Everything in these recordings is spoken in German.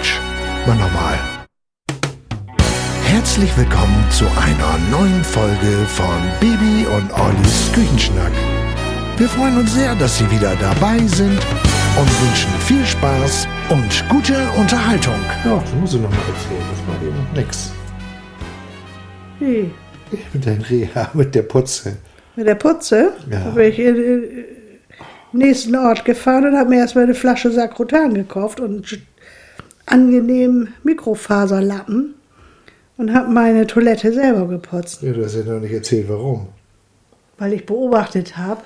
sagt man nochmal. Herzlich willkommen zu einer neuen Folge von Bibi und Ollis Küchenschnack. Wir freuen uns sehr, dass Sie wieder dabei sind und wünschen viel Spaß und gute Unterhaltung. Ja, das muss ich noch mal erzählen. Das war eben nix. Wie? Mit der Reha, mit der Putze. Mit der Putze Ja. bin ich in den nächsten Ort gefahren und habe mir erstmal eine Flasche Sakrotan gekauft und einen sch- angenehmen Mikrofaserlappen und habe meine Toilette selber geputzt, Ja, du hast ja noch nicht erzählt, warum. weil ich beobachtet habe,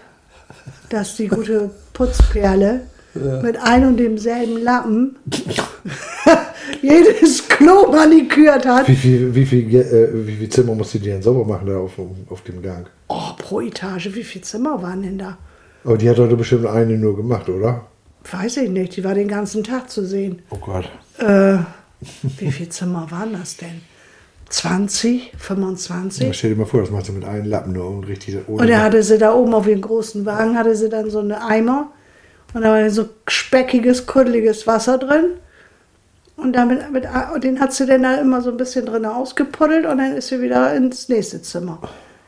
dass die gute Putzperle mit ein und demselben Lappen jedes Klo manikürt hat. Wie viel, wie viel, Ge- äh, wie viel Zimmer musst du dir denn sauber machen da auf, auf dem Gang? Oh, pro Etage, wie viele Zimmer waren denn da? Aber die hat heute bestimmt eine nur gemacht, oder? Weiß ich nicht, die war den ganzen Tag zu sehen. Oh Gott. Äh, wie viele Zimmer waren das denn? 20, 25? Ja, stell dir mal vor, das machst du mit einem Lappen nur und richtig ohne. und er hatte sie da oben auf ihren großen Wagen, hatte sie dann so eine Eimer und da war so speckiges, kuddeliges Wasser drin. Und damit, mit, und den hat sie dann da immer so ein bisschen drin ausgepuddelt und dann ist sie wieder ins nächste Zimmer.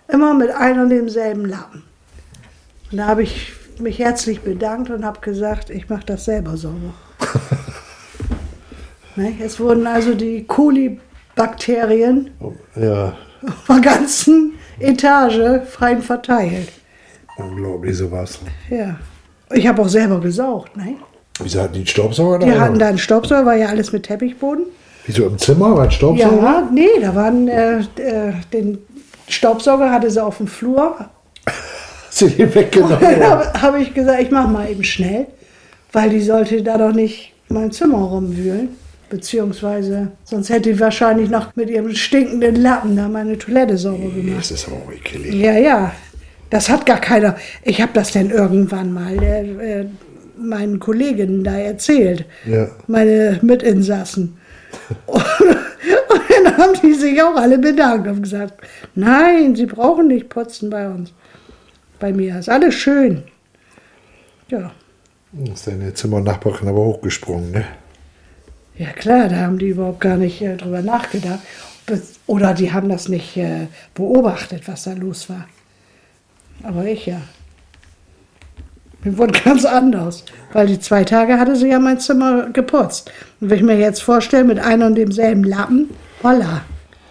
Immer mit einem und demselben Lappen. Und da habe ich mich herzlich bedankt und habe gesagt, ich mache das selber sauber. ne? Es wurden also die Kolibakterien Oh, ja, auf der ganzen Etage fein verteilt. unglaublich sowas. Ja. Ich habe auch selber gesaugt, ne? Wieso hatten die einen Staubsauger da? Wir hatten da einen Staubsauger, war ja alles mit Teppichboden. Wieso im Zimmer war ein Staubsauger? Ja, nee, da waren äh, äh, den Staubsauger hatte sie auf dem Flur. Hast du den weggenommen? Dann habe hab ich gesagt, ich mache mal eben schnell, weil die sollte da doch nicht in meinem Zimmer rumwühlen. Beziehungsweise, sonst hätte die wahrscheinlich noch mit ihrem stinkenden Lappen da meine Toilette sauber Nee, gemacht. Das ist aber auch ekelig. Ja, ja. Das hat gar keiner. Ich habe das denn irgendwann mal äh, äh, meinen Kolleginnen da erzählt. Ja. Meine Mitinsassen. Und, und dann haben die sich auch alle bedankt und gesagt, nein, sie brauchen nicht putzen bei uns. Bei mir ist alles schön. Ja, Ist deine Zimmernachbarin aber hochgesprungen, ne? ja klar, da haben die überhaupt gar nicht äh, drüber nachgedacht. Bis- Oder die haben das nicht äh, beobachtet, was da los war. Aber ich ja. Mir wurde ganz anders. Weil die zwei Tage hatte sie ja mein Zimmer geputzt. Und wenn ich mir jetzt vorstelle, mit einem und demselben Lappen, holla,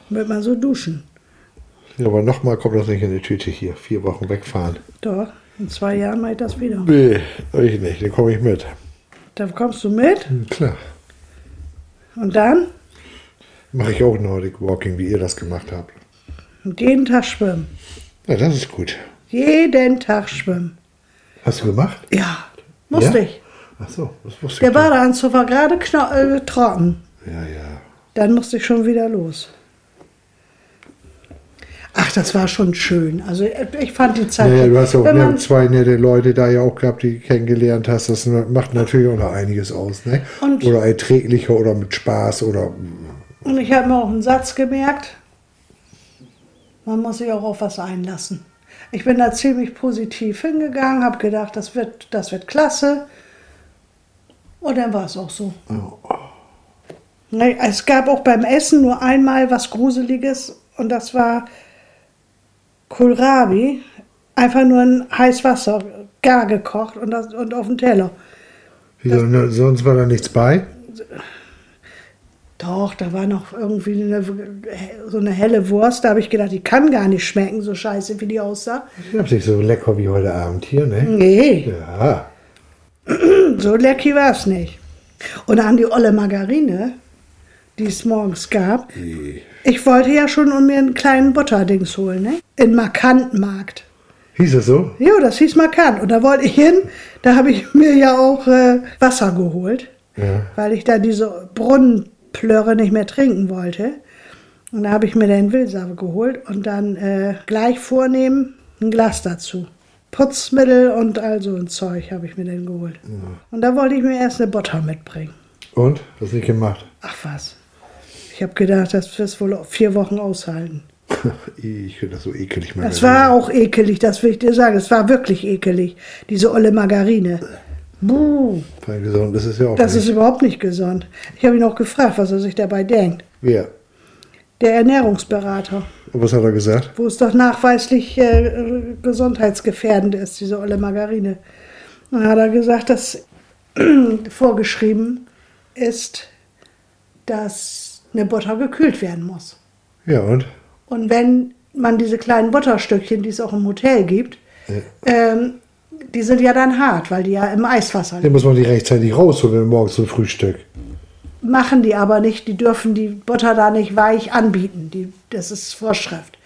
wird man so duschen. Ja, aber nochmal kommt das nicht in die Tüte hier. Vier Wochen wegfahren. Doch, in zwei Jahren mache ich das wieder. Nee, ich nicht. Dann komme ich mit. Hm, Da kommst du mit Klar. und dann Mache ich auch Nordic Walking, wie ihr das gemacht habt. jeden Tag schwimmen. Ja, das ist gut. Jeden Tag schwimmen. Hast du gemacht? Ja, musste Ja? ich. Ach so, das wusste Der ich. nicht. Badeanzug war gerade kno- äh, trocken. Ja, ja. Dann musste ich schon wieder los. Ach, das war schon schön. Also äh, ich fand die Zeit. Naja, du hast ja auch wenn ne, man, zwei nette Leute da ja auch gehabt, die du kennengelernt hast. Das macht natürlich auch noch einiges aus, ne? Und- oder erträglicher oder mit Spaß oder. und ich habe mir auch einen Satz gemerkt. Man muss sich auch auf was einlassen. Ich bin da ziemlich positiv hingegangen, habe gedacht, das wird, das wird klasse. Und dann war es auch so. Ne, Es gab auch beim Essen nur einmal was Gruseliges und das war Kohlrabi. Einfach nur in heiß Wasser gar gekocht und, das, und auf den Teller. Wieso, ne, sonst war da nichts bei? Doch, da war noch irgendwie eine, so eine helle Wurst. Da habe ich gedacht, die kann gar nicht schmecken, so scheiße, wie die aussah. Ich hab's nicht so lecker wie heute Abend hier, ne? Mhm. Nee, Ja. so lecky war es nicht. Und dann die olle Margarine, die es morgens gab. Ich wollte ja schon um mir einen kleinen Butterdings holen, ne? In Markantmarkt. Hieß das so? Jo, das hieß Markant. Und da wollte ich hin, da habe ich mir ja auch äh, Wasser geholt, Ja. weil ich da diese Brunnenplörre nicht mehr trinken wollte. Und da habe ich mir den Wilsabe geholt und dann äh, gleich vornehmen ein Glas dazu. Putzmittel und all so ein Zeug habe ich mir dann geholt. Und da wollte ich mir erst eine Butter mitbringen. Und? Hast nicht gemacht? Ach was. Ich habe gedacht, das wirst wohl vier Wochen aushalten. Ich finde das so ekelig. Das war auch ekelig, das will ich dir sagen. Es war wirklich ekelig, diese olle Margarine. Buh, Weil gesund ist es ja auch das nicht. ist überhaupt nicht gesund. Ich habe ihn auch gefragt, was er sich dabei denkt. Wer? Der Ernährungsberater, Und was hat er gesagt? wo es doch nachweislich äh, gesundheitsgefährdend ist, diese olle Margarine. Und dann hat er gesagt, dass vorgeschrieben ist, dass eine Butter gekühlt werden muss. Ja, und? Und wenn man diese kleinen Butterstückchen, die es auch im Hotel gibt, ähm, die sind ja dann hart, weil die ja im Eiswasser Den muss man nicht rechtzeitig rausholen morgens zum Frühstück. Machen die aber nicht, die dürfen die Butter da nicht weich anbieten. Die, das ist Vorschrift.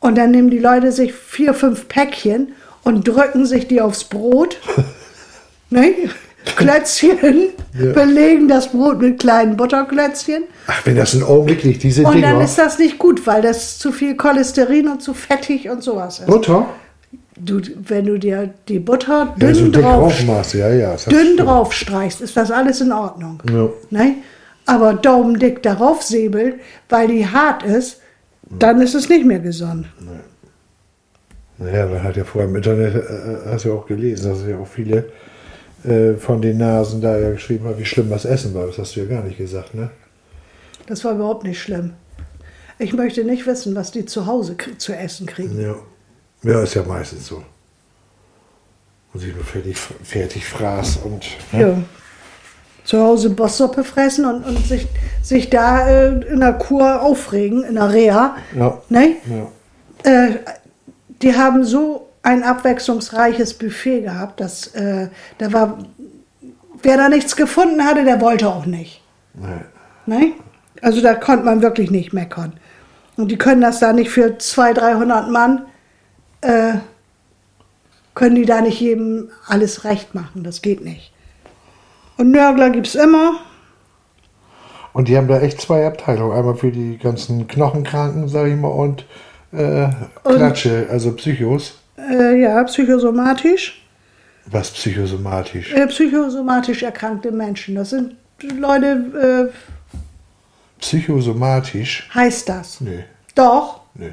Und dann nehmen die Leute sich vier, fünf Päckchen und drücken sich die aufs Brot. ne? Klötzchen, Ja. belegen das Brot mit kleinen Butterklötzchen. Ach, wenn das ein Augenblick liegt, diese Und dann Dinger. ist das nicht gut, weil das zu viel Cholesterin und zu fettig und sowas ist. Butter? Du, wenn du dir die Butter Ja, dünn, so dick drauf, aufmachst, ja, ja. das hast dünn du. drauf streichst, ist das alles in Ordnung. Ja. Ne? Aber daumendick darauf säbeln, weil die hart ist, dann ist es nicht mehr gesund. Naja, man hat ja vorher im Internet, äh, hast du ja auch gelesen, dass ja auch viele äh, von den Nasen da ja geschrieben haben, wie schlimm das Essen war. Das hast du ja gar nicht gesagt, ne? Das war überhaupt nicht schlimm. Ich möchte nicht wissen, was die zu Hause krie- zu essen kriegen. Ja. Ja, ist ja meistens so. Und sich nur fertig, fertig fraß und. ne? Ja. Zu Hause Bosssuppe fressen und, und sich, sich da äh, in der Kur aufregen, in der Reha. Ja. Ne? ja. äh, die haben so ein abwechslungsreiches Buffet gehabt, dass äh, da war, wer da nichts gefunden hatte, der wollte auch nicht. Nein. Ne? Also da konnte man wirklich nicht meckern. Und die können das da nicht für 200, 300 Mann, äh, können die da nicht jedem alles recht machen. Das geht nicht. Und Nörgler gibt es immer. Und die haben da echt zwei Abteilungen. Einmal für die ganzen Knochenkranken, sag ich mal, und, äh, Klatsche, also Psychos. Äh, ja, psychosomatisch. Was psychosomatisch? Äh, psychosomatisch erkrankte Menschen. Das sind Leute, Psychosomatisch? äh, heißt das. Nö, Doch, nö.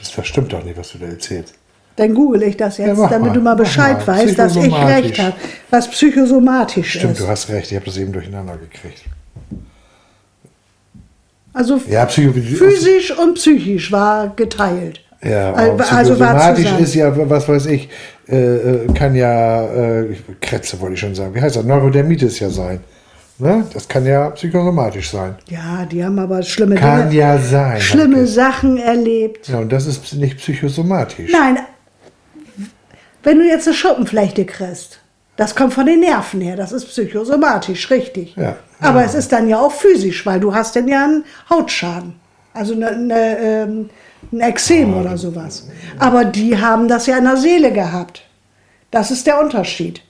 Das, das stimmt doch nicht, was du da erzählst. dann google ich das jetzt, Ja, mach damit mal, du mal mach Bescheid mal. weißt, dass ich Psychosomatisch. recht habe. Was psychosomatisch Stimmt, ist. du hast recht, ich habe das eben durcheinander gekriegt. Also Ja, Psycho physisch und psychisch war geteilt. ja, Al- aber also war psychosomatisch zusammen. ist ja, was weiß ich, äh, äh, kann ja, äh, Kretze wollte ich schon sagen, wie heißt das, Neurodermitis ja sein. Ne? Das kann ja psychosomatisch sein. ja, die haben aber schlimme Kann Dinge, ja sein. schlimme Hanke. Sachen erlebt. Ja, und das ist nicht psychosomatisch. Nein, wenn du jetzt eine Schuppenflechte kriegst, das kommt von den Nerven her, das ist psychosomatisch, richtig. Ja. Aber es ist dann ja auch physisch, weil du hast dann ja einen Hautschaden, also eine, eine, ähm, ein Ekzem oder sowas. Aber die haben das ja in der Seele gehabt. Das ist der Unterschied.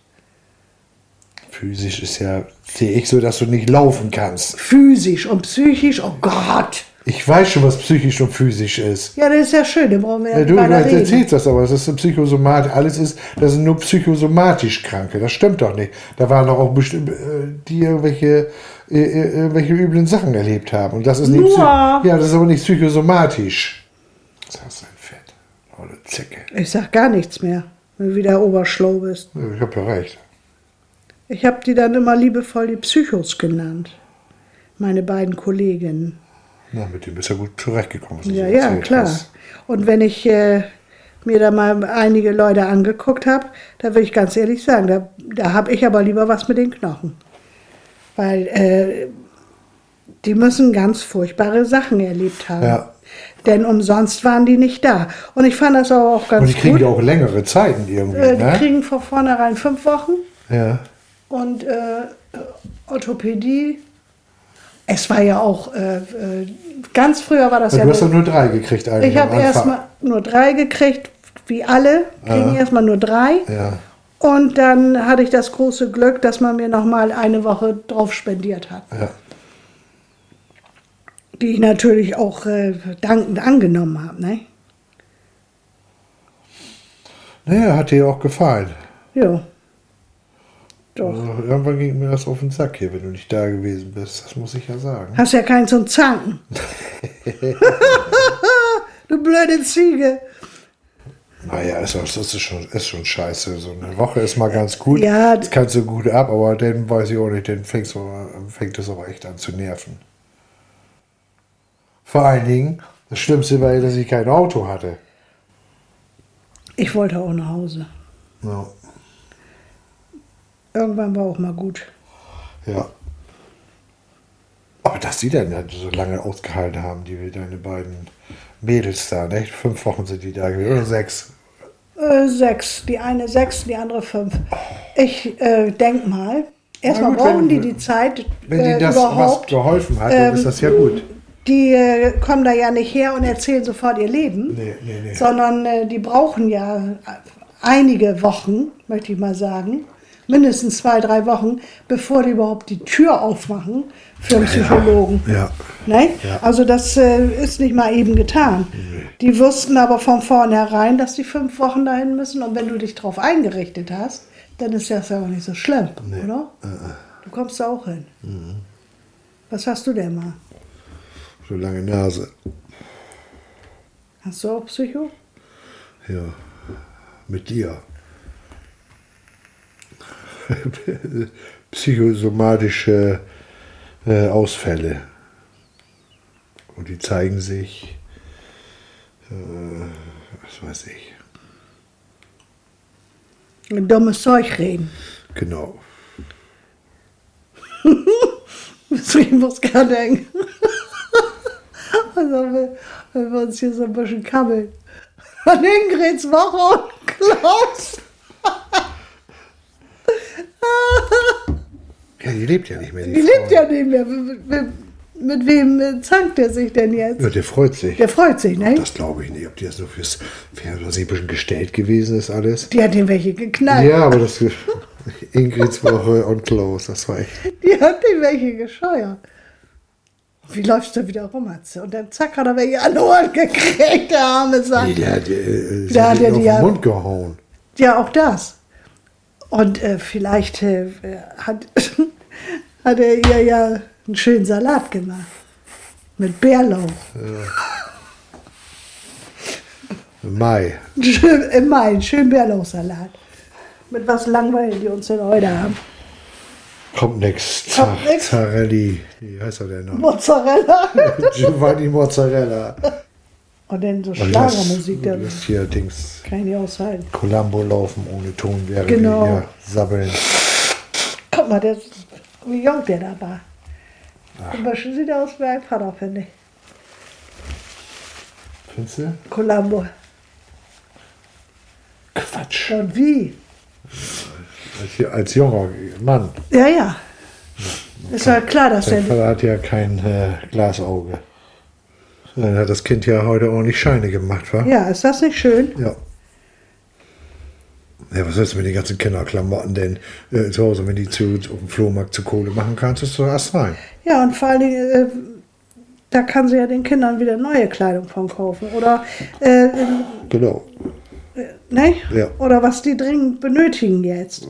Physisch ist ja, sehe ich so, dass du nicht laufen kannst. Physisch und psychisch, oh Gott. Ich weiß schon, was psychisch und physisch ist. Ja, das ist ja schön, da brauchen wir ja Ja, nicht du weiter du reden. erzählst das aber, das ist psychosomatisch, alles ist, das sind nur psychosomatisch Kranke, das stimmt doch nicht. Da waren doch auch bestimmt, äh, die irgendwelche, äh, äh, irgendwelche üblen Sachen erlebt haben und das ist nicht, Nur. psy- ja, das ist aber nicht psychosomatisch. Das hast du ein Fett, oder Zicke. Ich sag gar nichts mehr, wenn du wieder oberschlau bist. Ich hab ja recht. Ich habe die dann immer liebevoll die Psychos genannt. Meine beiden Kolleginnen. Na, mit dem bist du ja gut zurechtgekommen. was du Ja, so ja, erzählt klar. hast. Und wenn ich äh, mir da mal einige Leute angeguckt habe, da will ich ganz ehrlich sagen, da, da habe ich aber lieber was mit den Knochen. Weil äh, die müssen ganz furchtbare Sachen erlebt haben. Ja. Denn umsonst waren die nicht da. Und ich fand das aber auch ganz Und die kriegen gut. ja auch längere Zeiten irgendwie, äh, die ne? kriegen von vornherein fünf Wochen Ja. und äh, Orthopädie. Es war ja auch, äh, äh, ganz früher war das ja. du hast nur- doch nur drei gekriegt eigentlich ich am habe Anfang. erstmal nur drei gekriegt, wie alle, kriegen erstmal nur drei. Ja. Und dann hatte ich das große Glück, dass man mir nochmal eine Woche drauf spendiert hat, Ja. die ich natürlich auch äh, dankend angenommen habe. Ne? Naja, hat dir auch gefallen. Ja. Doch. Also, irgendwann ging mir das auf den Sack hier, wenn du nicht da gewesen bist. Das muss ich ja sagen. Hast ja keinen zum Zanken. du blöde Ziege. Naja, ist, das ist, schon, ist schon scheiße. So eine Woche ist mal ganz gut. Ja. Das kannst du gut ab, aber dann weiß ich auch nicht, dann fängst du, fängt es aber echt an zu nerven. Vor allen Dingen, das Schlimmste war ja, dass ich kein Auto hatte. Ich wollte auch nach Hause. Ja. Irgendwann war auch mal gut. ja. Aber dass die dann halt so lange ausgehalten haben, die deine beiden Mädels da, nicht? Fünf Wochen sind die da gewesen, oder sechs. Äh, sechs. Die eine sechs, die andere fünf. Ich äh, denk mal. Erstmal gut, wenn- brauchen die die Zeit. Wenn äh, dir das was überhaupt. geholfen hat, dann ähm, ist das ja gut. Die äh, kommen da ja nicht her und erzählen sofort ihr Leben. Nee, nee, nee. sondern äh, die brauchen ja äh, einige Wochen, möchte ich mal sagen, mindestens zwei, drei Wochen, bevor die überhaupt die Tür aufmachen für einen Psychologen. Ja. Ne? Ja. Also das äh, ist nicht mal eben getan. Die wussten aber von vornherein, dass die fünf Wochen dahin müssen und wenn du dich darauf eingerichtet hast, dann ist das ja auch nicht so schlimm, oder? Äh, Du kommst da auch hin. Was hast du denn mal? So lange Nase. Hast du auch Psycho? Ja. Mit dir. Psychosomatische äh, Ausfälle. Und die zeigen sich, äh, was weiß ich, Dummes Zeug reden. genau. Deswegen muss gar denken. Also wenn, wenn wir uns hier so ein bisschen kabbeln. Von Ingrid's Woche und Klaus. Ja, die lebt ja nicht mehr. Die lebt ja nicht mehr. Mit, mit, mit wem äh, zankt er sich denn Ja, jetzt? der freut sich. Der freut sich, ne? Das glaube ich nicht. Ob die das nur fürs Fernsehen dass sie ein bisschen gestellt gewesen ist, alles. Die hat ihm welche geknallt. Ja, aber das. Ingrid's Woche on Close, das war echt. Die hat ihm welche gescheuert. Wie läufst du wieder rum, Hatze? Und dann zack, hat er welche an den Ohren gekriegt, der arme Sack. Nee, der hat, äh, sie Da hat hat ihn er auf die den ja- Mund gehauen. Ja, auch das. Und äh, vielleicht äh, hat, hat er ihr ja einen schönen Salat gemacht. Mit Bärlauch. Im Mai. Schön, Im Mai, einen schönen Bärlauchsalat. Mit was langweilen die uns denn heute haben? Kommt nix. Kommt Za- nix. Zarelli. Wie heißt er denn noch? Mozzarella. Giovanni Mozzarella. Und dann so Und lass- Schlagermusik. Da lass hier Dings. kann ich nicht aushalten. Columbo laufen ohne Ton wäre Genau. wie hier sabbeln. Guck mal, der, wie jung der da war. Zum Beispiel sieht er aus wie ein Vater, finde ich. Findest du? Columbo. Quatsch. Und wie? Als, als junger Mann. Ja, ja. Ist ja klar, dass der Sein Vater hat ja kein äh, Glasauge. Dann hat das Kind ja heute ordentlich Scheine gemacht, wa? Ja, ist das nicht schön? Ja. Ja, was willst du mit den ganzen Kinderklamotten denn äh, zu Hause, wenn die zu, auf dem Flohmarkt zu Kohle machen kannst, ist doch erst rein. Ja, und vor allen Dingen, äh, da kann sie ja den Kindern wieder neue Kleidung von kaufen. Oder, äh, äh, Genau. ne? Ja. Oder was die dringend benötigen jetzt.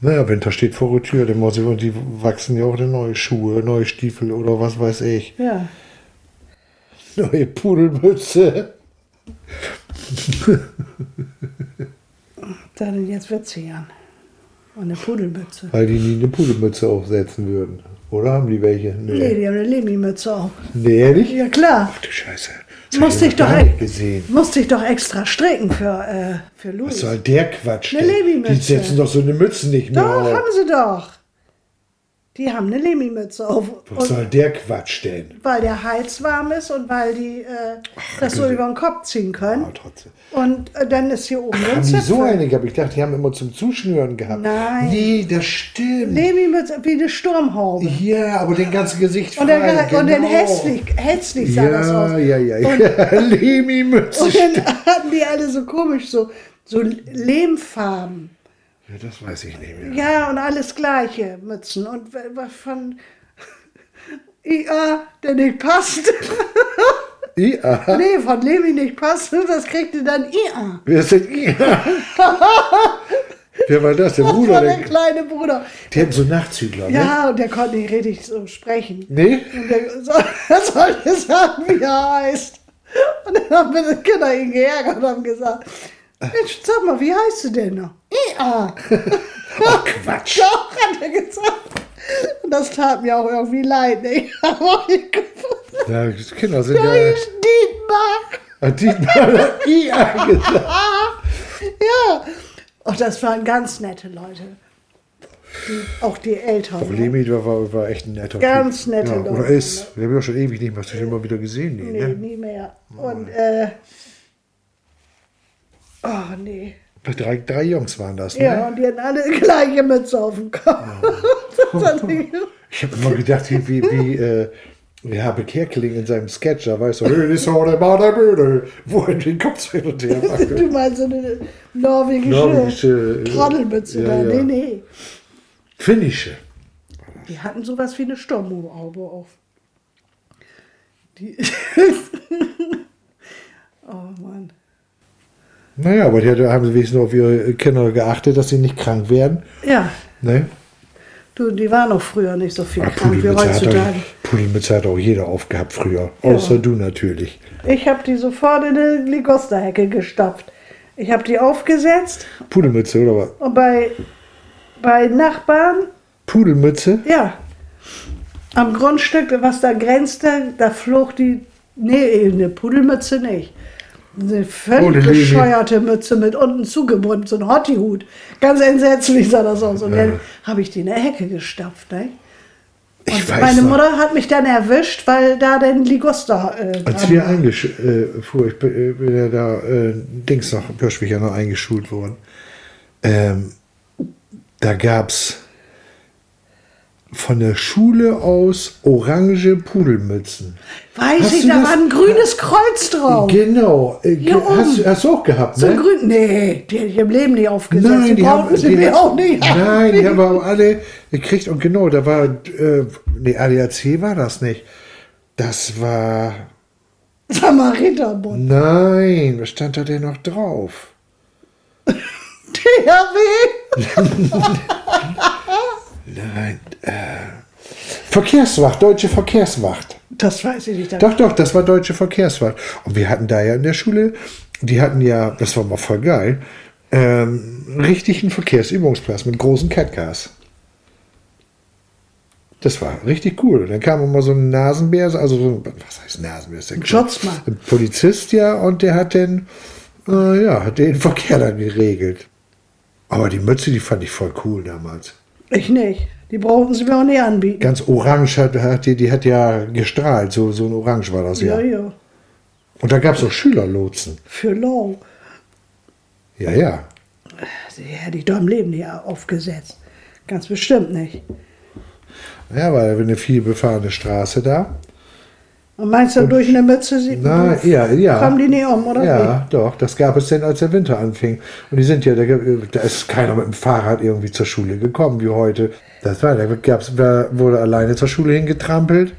Naja, Winter steht vor der Tür, dann muss ich, und die wachsen ja auch dann neue Schuhe, neue Stiefel oder was weiß ich. Ja. Neue Pudelmütze. Dann jetzt wird sie ja. Und eine Pudelmütze. Weil die nie eine Pudelmütze aufsetzen würden. Oder haben die welche? Nee, Nee. die haben eine Lemi-Mütze auch. Nee, ehrlich? Ja, klar. Ach du Scheiße. Musste ich, doch doch, gar nicht gesehen. musste ich doch extra stricken für, äh, für Louis. Was soll der Quatsch? Eine denn? Levi-Mütze. Die setzen doch so eine Mütze nicht mehr Doch, auf. haben sie doch. Die haben eine Lemi-Mütze auf. Was soll der Quatsch denn? weil der Hals warm ist und weil die äh, das so über den Kopf ziehen können. Ah, trotzdem. Und äh, dann ist hier oben Haben ein die so Zipfel. eine gehabt? Ich dachte, die haben immer zum Zuschnüren gehabt. Nein. Nee, das stimmt. Nemi mit wie eine Sturmhaube. Ja, aber den ganzen Gesicht Und dann, frei, und dann genau. hässlich, hässlich sah ja, das aus. Ja, ja, ja. Und Lemi-Mütze. dann hatten die alle so komisch, so, so Lehmfarben. Ja, das weiß ich nicht mehr. Ja, und alles gleiche Mützen. Und w- was von IA, der nicht passt. Ja. nee, von Levi nicht passt. Das kriegte dann IA. Wer ist denn ja. Wer war das? Der Das Bruder? war der Der, kleine Bruder. der hat so Nachzügler, ne? Ja, und der konnte nicht richtig so sprechen. Nee? Und der soll, sollte sagen, wie er heißt. Und dann haben wir die Kinder ihn geärgert und haben gesagt, Mensch, sag mal, wie heißt du denn noch? Ia. Oh, Quatsch. Doch, hat er gesagt. Und das tat mir auch irgendwie leid. Ne? Ich habe auch nicht gefunden. Ja, die Kinder sind Ja. ja. Dietmar. Ah, Dietmar I angesagt. Ah, Ja. Und das waren ganz nette Leute. Die- Auch die Eltern. Oh, ne? Lemi war, war, war echt ein netter Ganz Typ. netter ja, Leute, ne? Oder ist. Den haben wir auch schon ewig nicht mehr, hast du schon mal wieder gesehen. Nee, Nee, ne? nie mehr. Und, äh, oh, nee. Drei, drei Jungs waren das, ne? Ja, und die hatten alle die gleiche Mütze auf dem Kopf. Oh. Das hat mich- Ich habe immer gedacht, wie, wie, wie äh, ja, Bekehrkling in seinem Sketch, da weißt du, hey, das ist auch der Mann der Bühne, wo er den Kopf so hin und her macht. du meinst so eine norwegische, Norwegische, äh, Trottelmütze ja, da. ja. Nee, nee. Finnische. Die hatten sowas wie eine Sturmhaube auf. Die oh Mann. Naja, aber die hat- haben sie wenigstens auf ihre Kinder geachtet, dass sie nicht krank werden. Ja, Ne? du, die waren auch früher nicht so viel Aber krank wie Pudelmütze hat, heutzutage. doch- Pudelmütze hat auch jeder aufgehabt früher. Ja. Außer du natürlich. Ich habe die sofort in eine Ligosterhecke gestopft. Ich habe die aufgesetzt Pudelmütze, oder was? und bei, bei Nachbarn, Pudelmütze? ja, am Grundstück, was da grenzte, da flog die, nee, eine Pudelmütze nicht. Oh, Eine die völlig Lili. bescheuerte Mütze mit unten zugebunden, so ein Hottihut. Ganz entsetzlich sah das aus. Und Ja. dann habe ich die in der Hecke gestopft. Ne? Ich Und weiß meine noch. Mutter hat mich dann erwischt, weil da denn Ligoster äh, Als dran wir war. eingeschult, äh, fuhr, ich bin äh, bin ja da, äh, Dings nach Börschwicher noch eingeschult worden. Ähm, da gab's von der Schule aus orange Pudelmützen. Weiß Hast ich, du da das- war ein grünes Kreuz drauf. Genau. Äh, Hier ge- hast, oben. du- hast du auch gehabt, Oh. So ein ne? grün. Nee, die hätte ich im Leben nicht aufgesetzt. Nein, die haben, brauchten sie mir auch nicht. nein, die haben aber alle gekriegt und genau, da war, äh, nee, ADAC war das nicht. Das war, Samariterbund. nein, was stand da denn noch drauf? THW. Nein. Äh, Verkehrswacht, Deutsche Verkehrswacht. Das weiß ich nicht. Doch, doch, das war Deutsche Verkehrswacht. Und wir hatten da ja in der Schule, die hatten ja, das war mal voll geil, ähm, richtig einen Verkehrsübungsplatz mit großen Catcars. Das war richtig cool. Und dann kam immer so ein Nasenbär, also so ein, was heißt Nasenbär? Ist der Ein Schutzmann. Ein Polizist, ja, und der hat den, äh, ja, hat den Verkehr dann geregelt. Aber die Mütze, die fand ich voll cool damals. Ich nicht. Die brauchten sie mir auch nicht anbieten. ganz orange hat, hat die, die hat ja gestrahlt, so, so ein Orange war das ja. Ja, ja. Und da gab es auch Schülerlotsen. Für Low. Ja, ja. Also, Die hätte ich doch im Leben nicht aufgesetzt. Ganz bestimmt nicht. Ja, war eine viel befahrene Straße da. Und meinst du, durch eine Mütze sieht Na, man- ja, ja. Kamen die nicht um, oder? Ja, doch. Das gab es denn, als der Winter anfing. Und die sind ja, da, da ist keiner mit dem Fahrrad irgendwie zur Schule gekommen wie heute. Das war, da gab's, wer wurde alleine zur Schule hingetrampelt.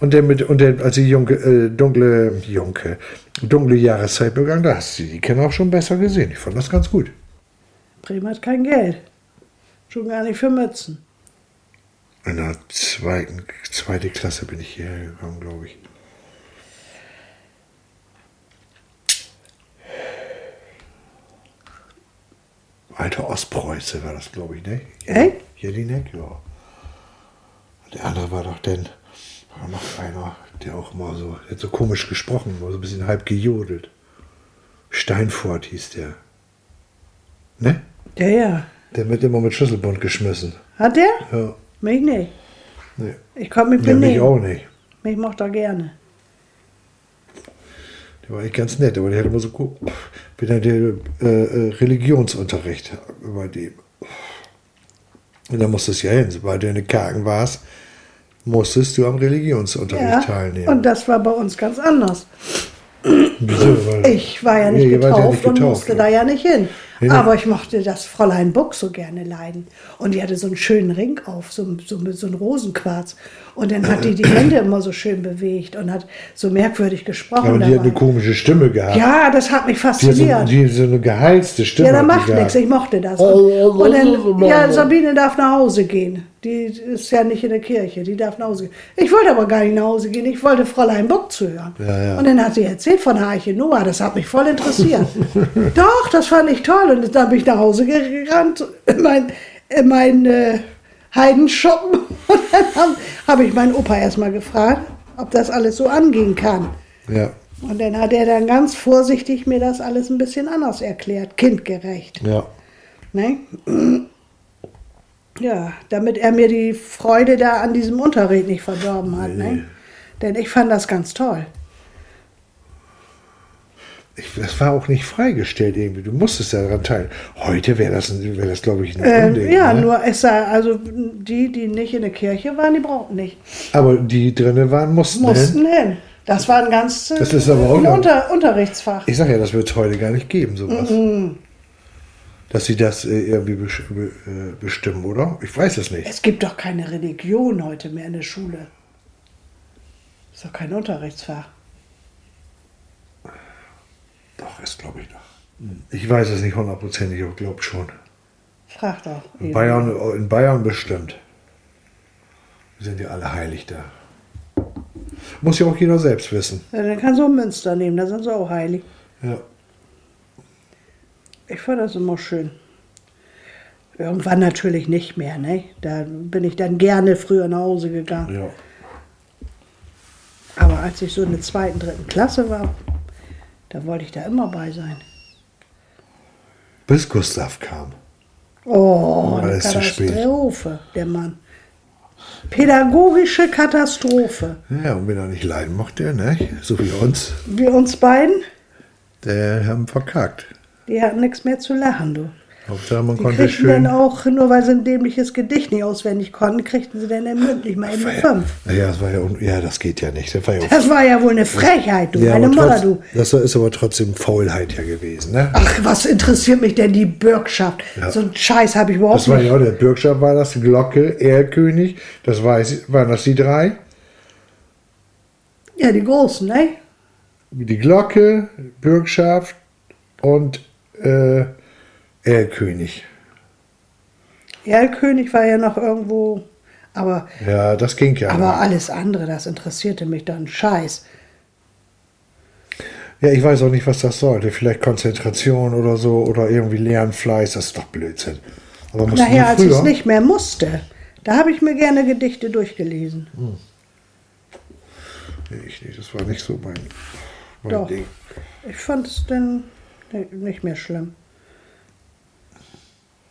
Und der mit, und der, als die junge, äh, dunkle, junge, dunkle Jahreszeit begann, da hast du die Kinder auch schon besser gesehen. Ich fand das ganz gut. Bremen hat kein Geld. Schon gar nicht für Mützen. In der zweiten, zweite Klasse bin ich hierher gekommen, glaube ich. Alte Ostpreuße war das, glaube ich, ne? Echt? Jelinek, ja. Und der andere war doch denn, war noch einer, der auch mal so, der hat so komisch gesprochen, war so ein bisschen halb gejodelt. Steinfurt hieß der. Ne? Ja, ja. Der wird immer mit Schlüsselbund geschmissen. Hat der? Ja. Mich nicht. Ne. Ich konnte mich Ja, benehmen. mich auch nicht. Mich mochte er gerne. Der war echt ganz nett, aber der hat immer so gut. Bin dann der äh, äh, Religionsunterricht über dem. Und da musstest du ja hin, sobald du in den Kargen warst, musstest du am Religionsunterricht teilnehmen. Und das war bei uns ganz anders. Wieso? Weil- Ich war ja nicht Nee, ihr wart getauft ja nicht und getauft, musste ja. da ja nicht hin. Nee, nee. Aber ich mochte das Fräulein Buck so gerne leiden. Und die hatte so einen schönen Ring auf, so, so mit so einem Rosenquarz. Und dann hat die die Hände immer so schön bewegt und hat so merkwürdig gesprochen. Ja, und die hat dabei. eine komische Stimme gehabt. ja das hat mich Die hat, so, fasziniert. die hat so eine geheizte Stimme. Ja, da hat die macht gehabt. nichts. Ich mochte das. Oh, Und, ja, und das ist so dann, ja, Mama. Sabine darf nach Hause gehen. Die ist ja nicht in der Kirche, die darf nach Hause gehen. Ich wollte aber gar nicht nach Hause gehen, ich wollte Fräulein Buck zuhören. Ja, ja. Und dann hat sie erzählt von der Arche Noah, das hat mich voll interessiert. Doch, das fand ich toll. Und dann bin ich nach Hause gerannt in mein, in mein äh, Heidenschuppen. Und dann habe hab ich meinen Opa erstmal gefragt, ob das alles so angehen kann. Ja, Und dann hat er dann ganz vorsichtig mir das alles ein bisschen anders erklärt, kindgerecht. ja. Ne? Ja, damit er mir die Freude da an diesem Unterricht nicht verdorben hat. Ne? Denn ich fand das ganz toll. Ich, das war auch nicht freigestellt irgendwie. Du musstest ja daran teil. Heute wäre das, ein- wäre das glaube ich, ein Ähm, Unding, ja, ne? nur es sei, also die, die nicht in der Kirche waren, die brauchten nicht. Aber die drinnen waren, mussten. ne? Mussten hin. Das war ein ganz äh, Das ist aber auch ein noch- Unter, Unterrichtsfach. Ich sage ja, das wird es heute gar nicht geben, sowas. Mhm. Dass sie das äh, irgendwie besch- be äh, bestimmen, oder? Ich weiß es nicht. Es gibt doch keine Religion heute mehr in der Schule. Ist doch kein Unterrichtsfach. Doch, ist glaube ich noch. Ich weiß es nicht hundertprozentig, aber glaube schon. Frag doch. In Bayern, äh, in Bayern bestimmt. Sind ja alle heilig da. Muss ja auch jeder selbst wissen. Ja, dann kannst du auch Münster nehmen, da sind sie auch heilig. Ja. Ich fand das immer schön. Irgendwann natürlich nicht mehr, ne? Da bin ich dann gerne früher nach Hause gegangen. ja. Aber als ich so in der zweiten, dritten Klasse war, da wollte ich da immer bei sein. Bis Gustav kam. Oh, eine alles zu spät. Katastrophe, der Mann. Pädagogische Katastrophe. Ja, und wenn er nicht leiden mochte, ne? so wie uns, Wir uns beiden, der haben verkackt. die hatten nichts mehr zu lachen, du. Hauptsache, man Die konnte kriegten dann schön. auch, nur weil sie ein dämliches Gedicht nicht auswendig konnten, kriegten sie dann mündlich mal eben eine fünf. Ja, das war ja, un- ja, das geht ja nicht. Das war ja, un- Das war ja wohl eine Frechheit, du, ja, meine aber Mutter, trotz- du. Das ist aber trotzdem Faulheit ja gewesen, ne? Ach, was interessiert mich denn die Bürgschaft? Ja. So einen Scheiß habe ich überhaupt Das war nicht. ja auch der Bürgschaft, war das Glocke, Erlkönig, das weiß, waren das die drei. Ja, die Großen, ne? Die Glocke, Bürgschaft und äh, Erlkönig. Erlkönig war ja noch irgendwo, aber, Ja, das ging ja. aber noch. alles andere, das interessierte mich dann Scheiß. Ja, ich weiß auch nicht, was das sollte. Vielleicht Konzentration oder so oder irgendwie Lernfleiß, das ist doch Blödsinn. Aber mussten Nachher, die als ich also es früher- nicht mehr musste, da habe ich mir gerne Gedichte durchgelesen. Nee, ich nicht, das war nicht so mein, mein Doch. Ding. Ich fand es dann nicht mehr schlimm.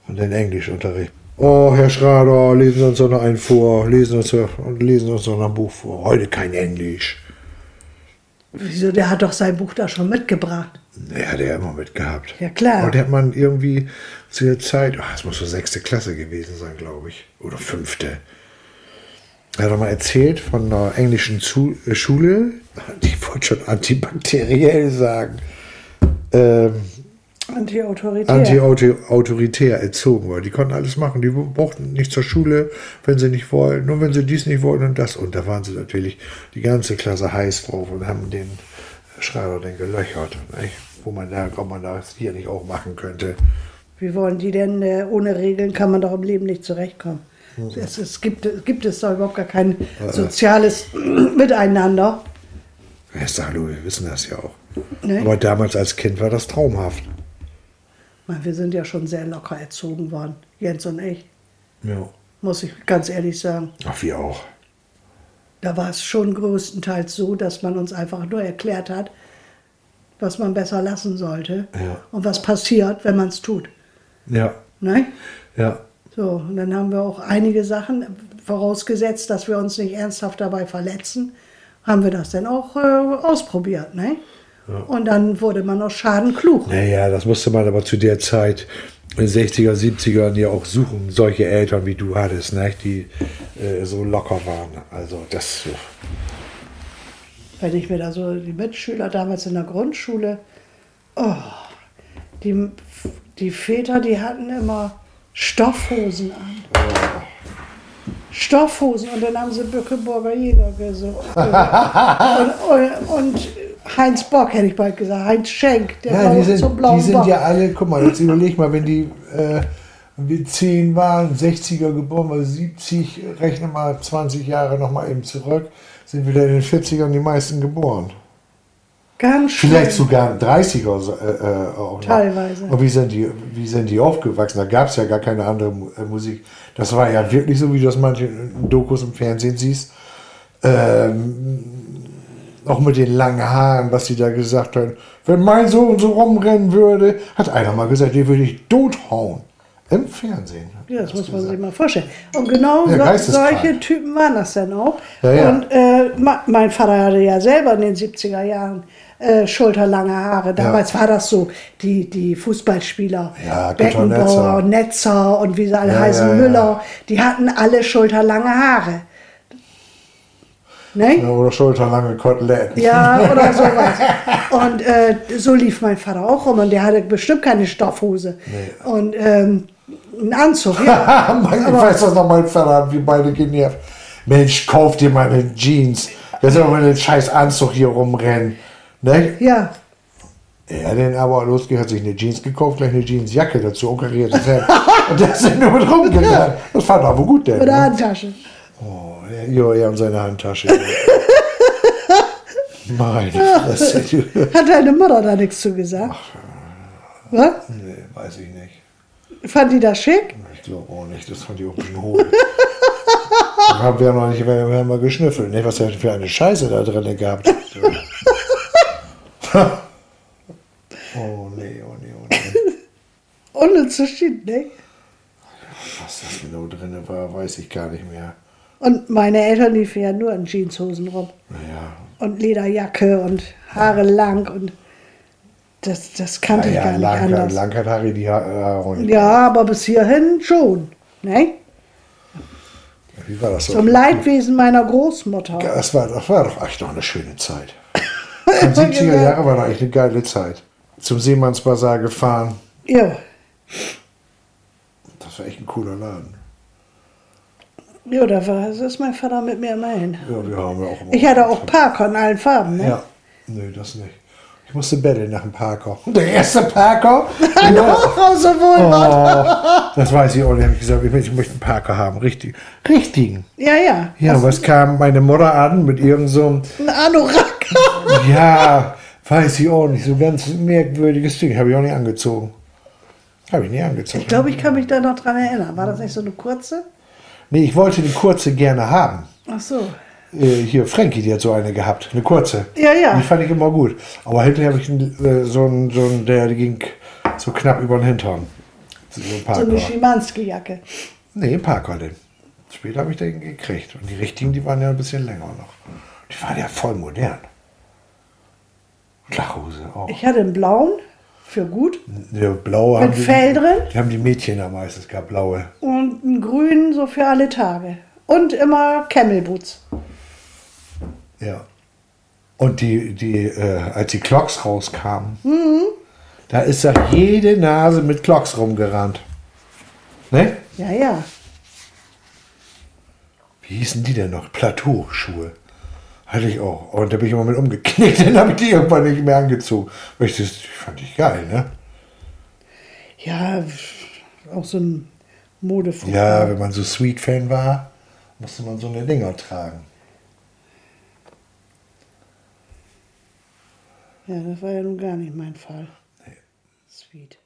Und den Englischunterricht. Oh, Herr Schrader, lesen Sie uns doch noch einen vor, lesen uns, und lesen uns doch noch ein Buch vor. Heute kein Englisch. Wieso, der hat doch sein Buch da schon mitgebracht. Nee, hat er immer mitgehabt. Ja, klar. Und hat man irgendwie zu der Zeit, ach, das muss so sechste Klasse gewesen sein, glaube ich, oder fünfte. Er hat doch mal erzählt von einer englischen Zu äh, Schule, die wollte schon antibakteriell sagen, ähm, Antiautoritär. anti-autoritär erzogen war. Die konnten alles machen, die brauchten nicht zur Schule, wenn sie nicht wollten, nur wenn sie dies nicht wollten und das. Und da waren sie natürlich die ganze Klasse heiß drauf und haben den Schreiber dann gelöchert, nicht? wo man da, ob man das hier nicht auch machen könnte. Wie wollen die denn, äh, ohne Regeln kann man doch im Leben nicht zurechtkommen. Es, es gibt, es gibt es doch überhaupt gar kein soziales Miteinander. Ja, ist doch, hallo, wir wissen das ja auch. Ne? Aber damals als Kind war das traumhaft. Man, wir sind ja schon sehr locker erzogen worden, Jens und ich, Ja. muss ich ganz ehrlich sagen. Ach, wir auch. Da war es schon größtenteils so, dass man uns einfach nur erklärt hat, was man besser lassen sollte Ja. und was passiert, wenn man es tut. Ja, Ne? ja. So, und dann haben wir auch einige Sachen, vorausgesetzt, dass wir uns nicht ernsthaft dabei verletzen, haben wir das dann auch äh, ausprobiert. Ne? Und dann wurde man aus Schaden klug. Naja, das musste man aber zu der Zeit in den 60er, 70ern ja auch suchen, solche Eltern wie du hattest, ne? die äh, so locker waren. Also das, Wenn ich mir da so die Mitschüler damals in der Grundschule, oh, die, die Väter, die hatten immer Stoffhosen an. Stoffhosen und dann haben sie Bückeburger Jäger gesucht. und, und, und Heinz Bock hätte ich bald gesagt, Heinz Schenk, der ja, die blaue- sind, zum blauen die sind Bock. ja alle, guck mal, jetzt überleg mal, wenn die äh, Und wir zehn waren, 60er geboren, also 70, rechne mal 20 Jahre nochmal eben zurück, sind wieder in den 40ern die meisten geboren. Ganz schön. Vielleicht sogar 30er so- äh, äh, auch noch. Teilweise. Und wie sind die, wie sind die aufgewachsen? Da gab es ja gar keine andere Mu- äh, Musik. Das war ja wirklich so, wie du das manche in Dokus im Fernsehen siehst. Ähm, auch mit den langen Haaren, was die da gesagt haben. Wenn mein Sohn so rumrennen würde, hat einer mal gesagt, den würde ich tothauen. Im Fernsehen. Ja, das muss man sich mal vorstellen. Und genau Ja, so, geisteskrank. solche Typen waren das dann auch. Ja, ja. Und äh, ma- mein Vater hatte ja selber in den 70er Jahren äh, schulterlange Haare. Damals war das so, die, die Fußballspieler, Ja, Günther Beckenbauer, Netzer. und wie sie alle Ja, heißen, ja, ja. Müller, die hatten alle schulterlange Haare. Ne? Ja, Oder schulterlange Koteletten. Ja, oder sowas. Und äh, so lief mein Vater auch rum und der hatte bestimmt keine Stoffhose. Und ähm, einen Anzug, ja. Mann, ich weiß das noch, mein Vater hat wie beide genervt. Mensch, kauf dir mal eine Jeans. Der soll mal den scheiß Anzug hier rumrennen. Ne? Ja, Er hat den aber losgehört, hat sich eine Jeans gekauft, gleich eine Jeansjacke dazu, operiertes Hemd. Und der ist dann nur mit rumgerannt. Das fand er aber gut, der. mit der Ne? Handtasche. Oh, ja, ja, ja, und seine Handtasche. Meine Fresse, du. Hat deine Mutter da nichts zu gesagt? äh. Was? Nee, weiß ich nicht. Fand die das schick? Ich glaube auch nicht, das fand ich auch ein bisschen hohl. Da haben wir noch nicht, wir haben mal geschnüffelt. Ne? Was hat denn für eine Scheiße da drin gehabt? oh nee, oh nee, oh nee. Unnütze Schied, ne? Was das genau drin war, weiß ich gar nicht mehr. Und meine Eltern liefen ja nur in Jeanshosen rum. Naja, Und Lederjacke und Haare lang und das, das kannte ich naja gar nicht lang, anders. lang hat Harry die äh, Haare. und- Ja, aber bis hierhin schon. Ne? Wie war das so? Zum Leidwesen meiner Großmutter. Das war, das war doch echt noch eine schöne Zeit. Die genau. 70er Jahre war doch echt eine geile Zeit. Zum Seemannsbasar gefahren. Ja, Das war echt ein cooler Laden. ja da war, das ist mein Vater mit mir immer hin. Ja, wir haben ja auch immer- Ich hatte auch Parker in allen Farben. Ne? Ja, nö, das nicht. Ich musste betteln nach dem Parker. Und der erste Parker? Ja. Oh, so wohl. Oh, das weiß ich auch nicht. Ich habe gesagt, ich möchte, ich möchte einen Parker haben. Richtig. Richtigen. Ja, ja. Ja, was kam meine Mutter an mit irgendeinem, so Ein Anorak. einem- ja, weiß ich auch nicht, so ganz merkwürdiges Ding. Habe ich auch nicht angezogen. Habe ich nicht angezogen. Ich glaube, ich kann mich da noch dran erinnern. War das nicht so eine kurze? nee, ich wollte die kurze gerne haben. Ach so. Äh, hier, Frankie, die hat so eine gehabt. Eine kurze. Ja, ja. Die fand ich immer gut. Aber hinterher habe ich einen, äh, so einen, so einen, der ging so knapp über den Hintern. So ein So Parker. eine Schimanski-Jacke. nee, ein Parker den. Später habe ich den gekriegt. Und die richtigen, die waren ja ein bisschen länger noch. Die waren ja voll modern. Klachhose auch. Ich hatte einen blauen, für gut, Ja, blaue mit Fell drin Die haben die Mädchen am meisten gehabt, blaue. und einen grünen, so für alle Tage. Und immer Camelboots. Ja. Und die, die, äh, als die Clocks rauskamen, Mhm. da ist ja jede Nase mit Clocks rumgerannt. Ne? Ja, ja. Wie hießen die denn noch? Plateauschuhe. Hatte ich auch. Und da bin ich immer mit umgeknickt, dann habe ich die irgendwann nicht mehr angezogen. Weil ich das fand ich geil, ne? Ja, auch so ein Modefrau. Ja, wenn man so Sweet-Fan war, musste man so eine Dinger tragen. ja, das war ja nun gar nicht mein Fall. Sweet.